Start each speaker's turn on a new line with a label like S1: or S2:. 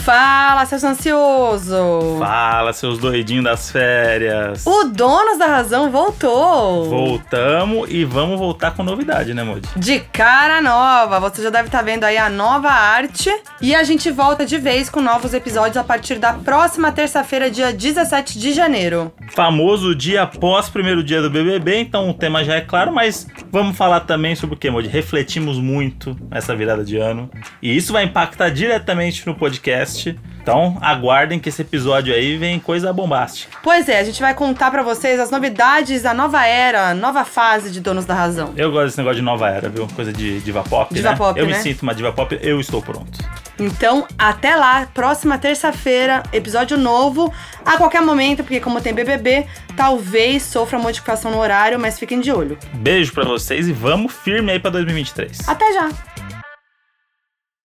S1: Fala, seus ansiosos!
S2: Fala, seus doidinhos das férias.
S1: O Donos da Razão voltou!
S2: Voltamos e vamos voltar com novidade, né, Moody?
S1: De cara nova! Você já deve estar vendo aí a nova arte. E a gente volta de vez com novos episódios a partir da próxima terça-feira, dia 17 de janeiro.
S2: Famoso dia após primeiro dia do BBB, então o tema já é claro, mas vamos falar também sobre o que, Moody? Refletimos muito nessa virada de ano. E isso vai impactar diretamente no podcast. Então aguardem que esse episódio aí vem coisa bombástica.
S1: Pois é, a gente vai contar pra vocês as novidades da nova era, nova fase de Donos da Razão.
S2: Eu gosto desse negócio de nova era, viu? Coisa de diva pop,
S1: Diva
S2: né?
S1: pop,
S2: eu
S1: né?
S2: me sinto uma diva pop, eu estou pronto.
S1: Então, até lá, próxima terça-feira, episódio novo, a qualquer momento, porque como tem BBB, talvez sofra modificação no horário, mas fiquem de olho.
S2: Beijo pra vocês e vamos firme aí pra 2023.
S1: Até já!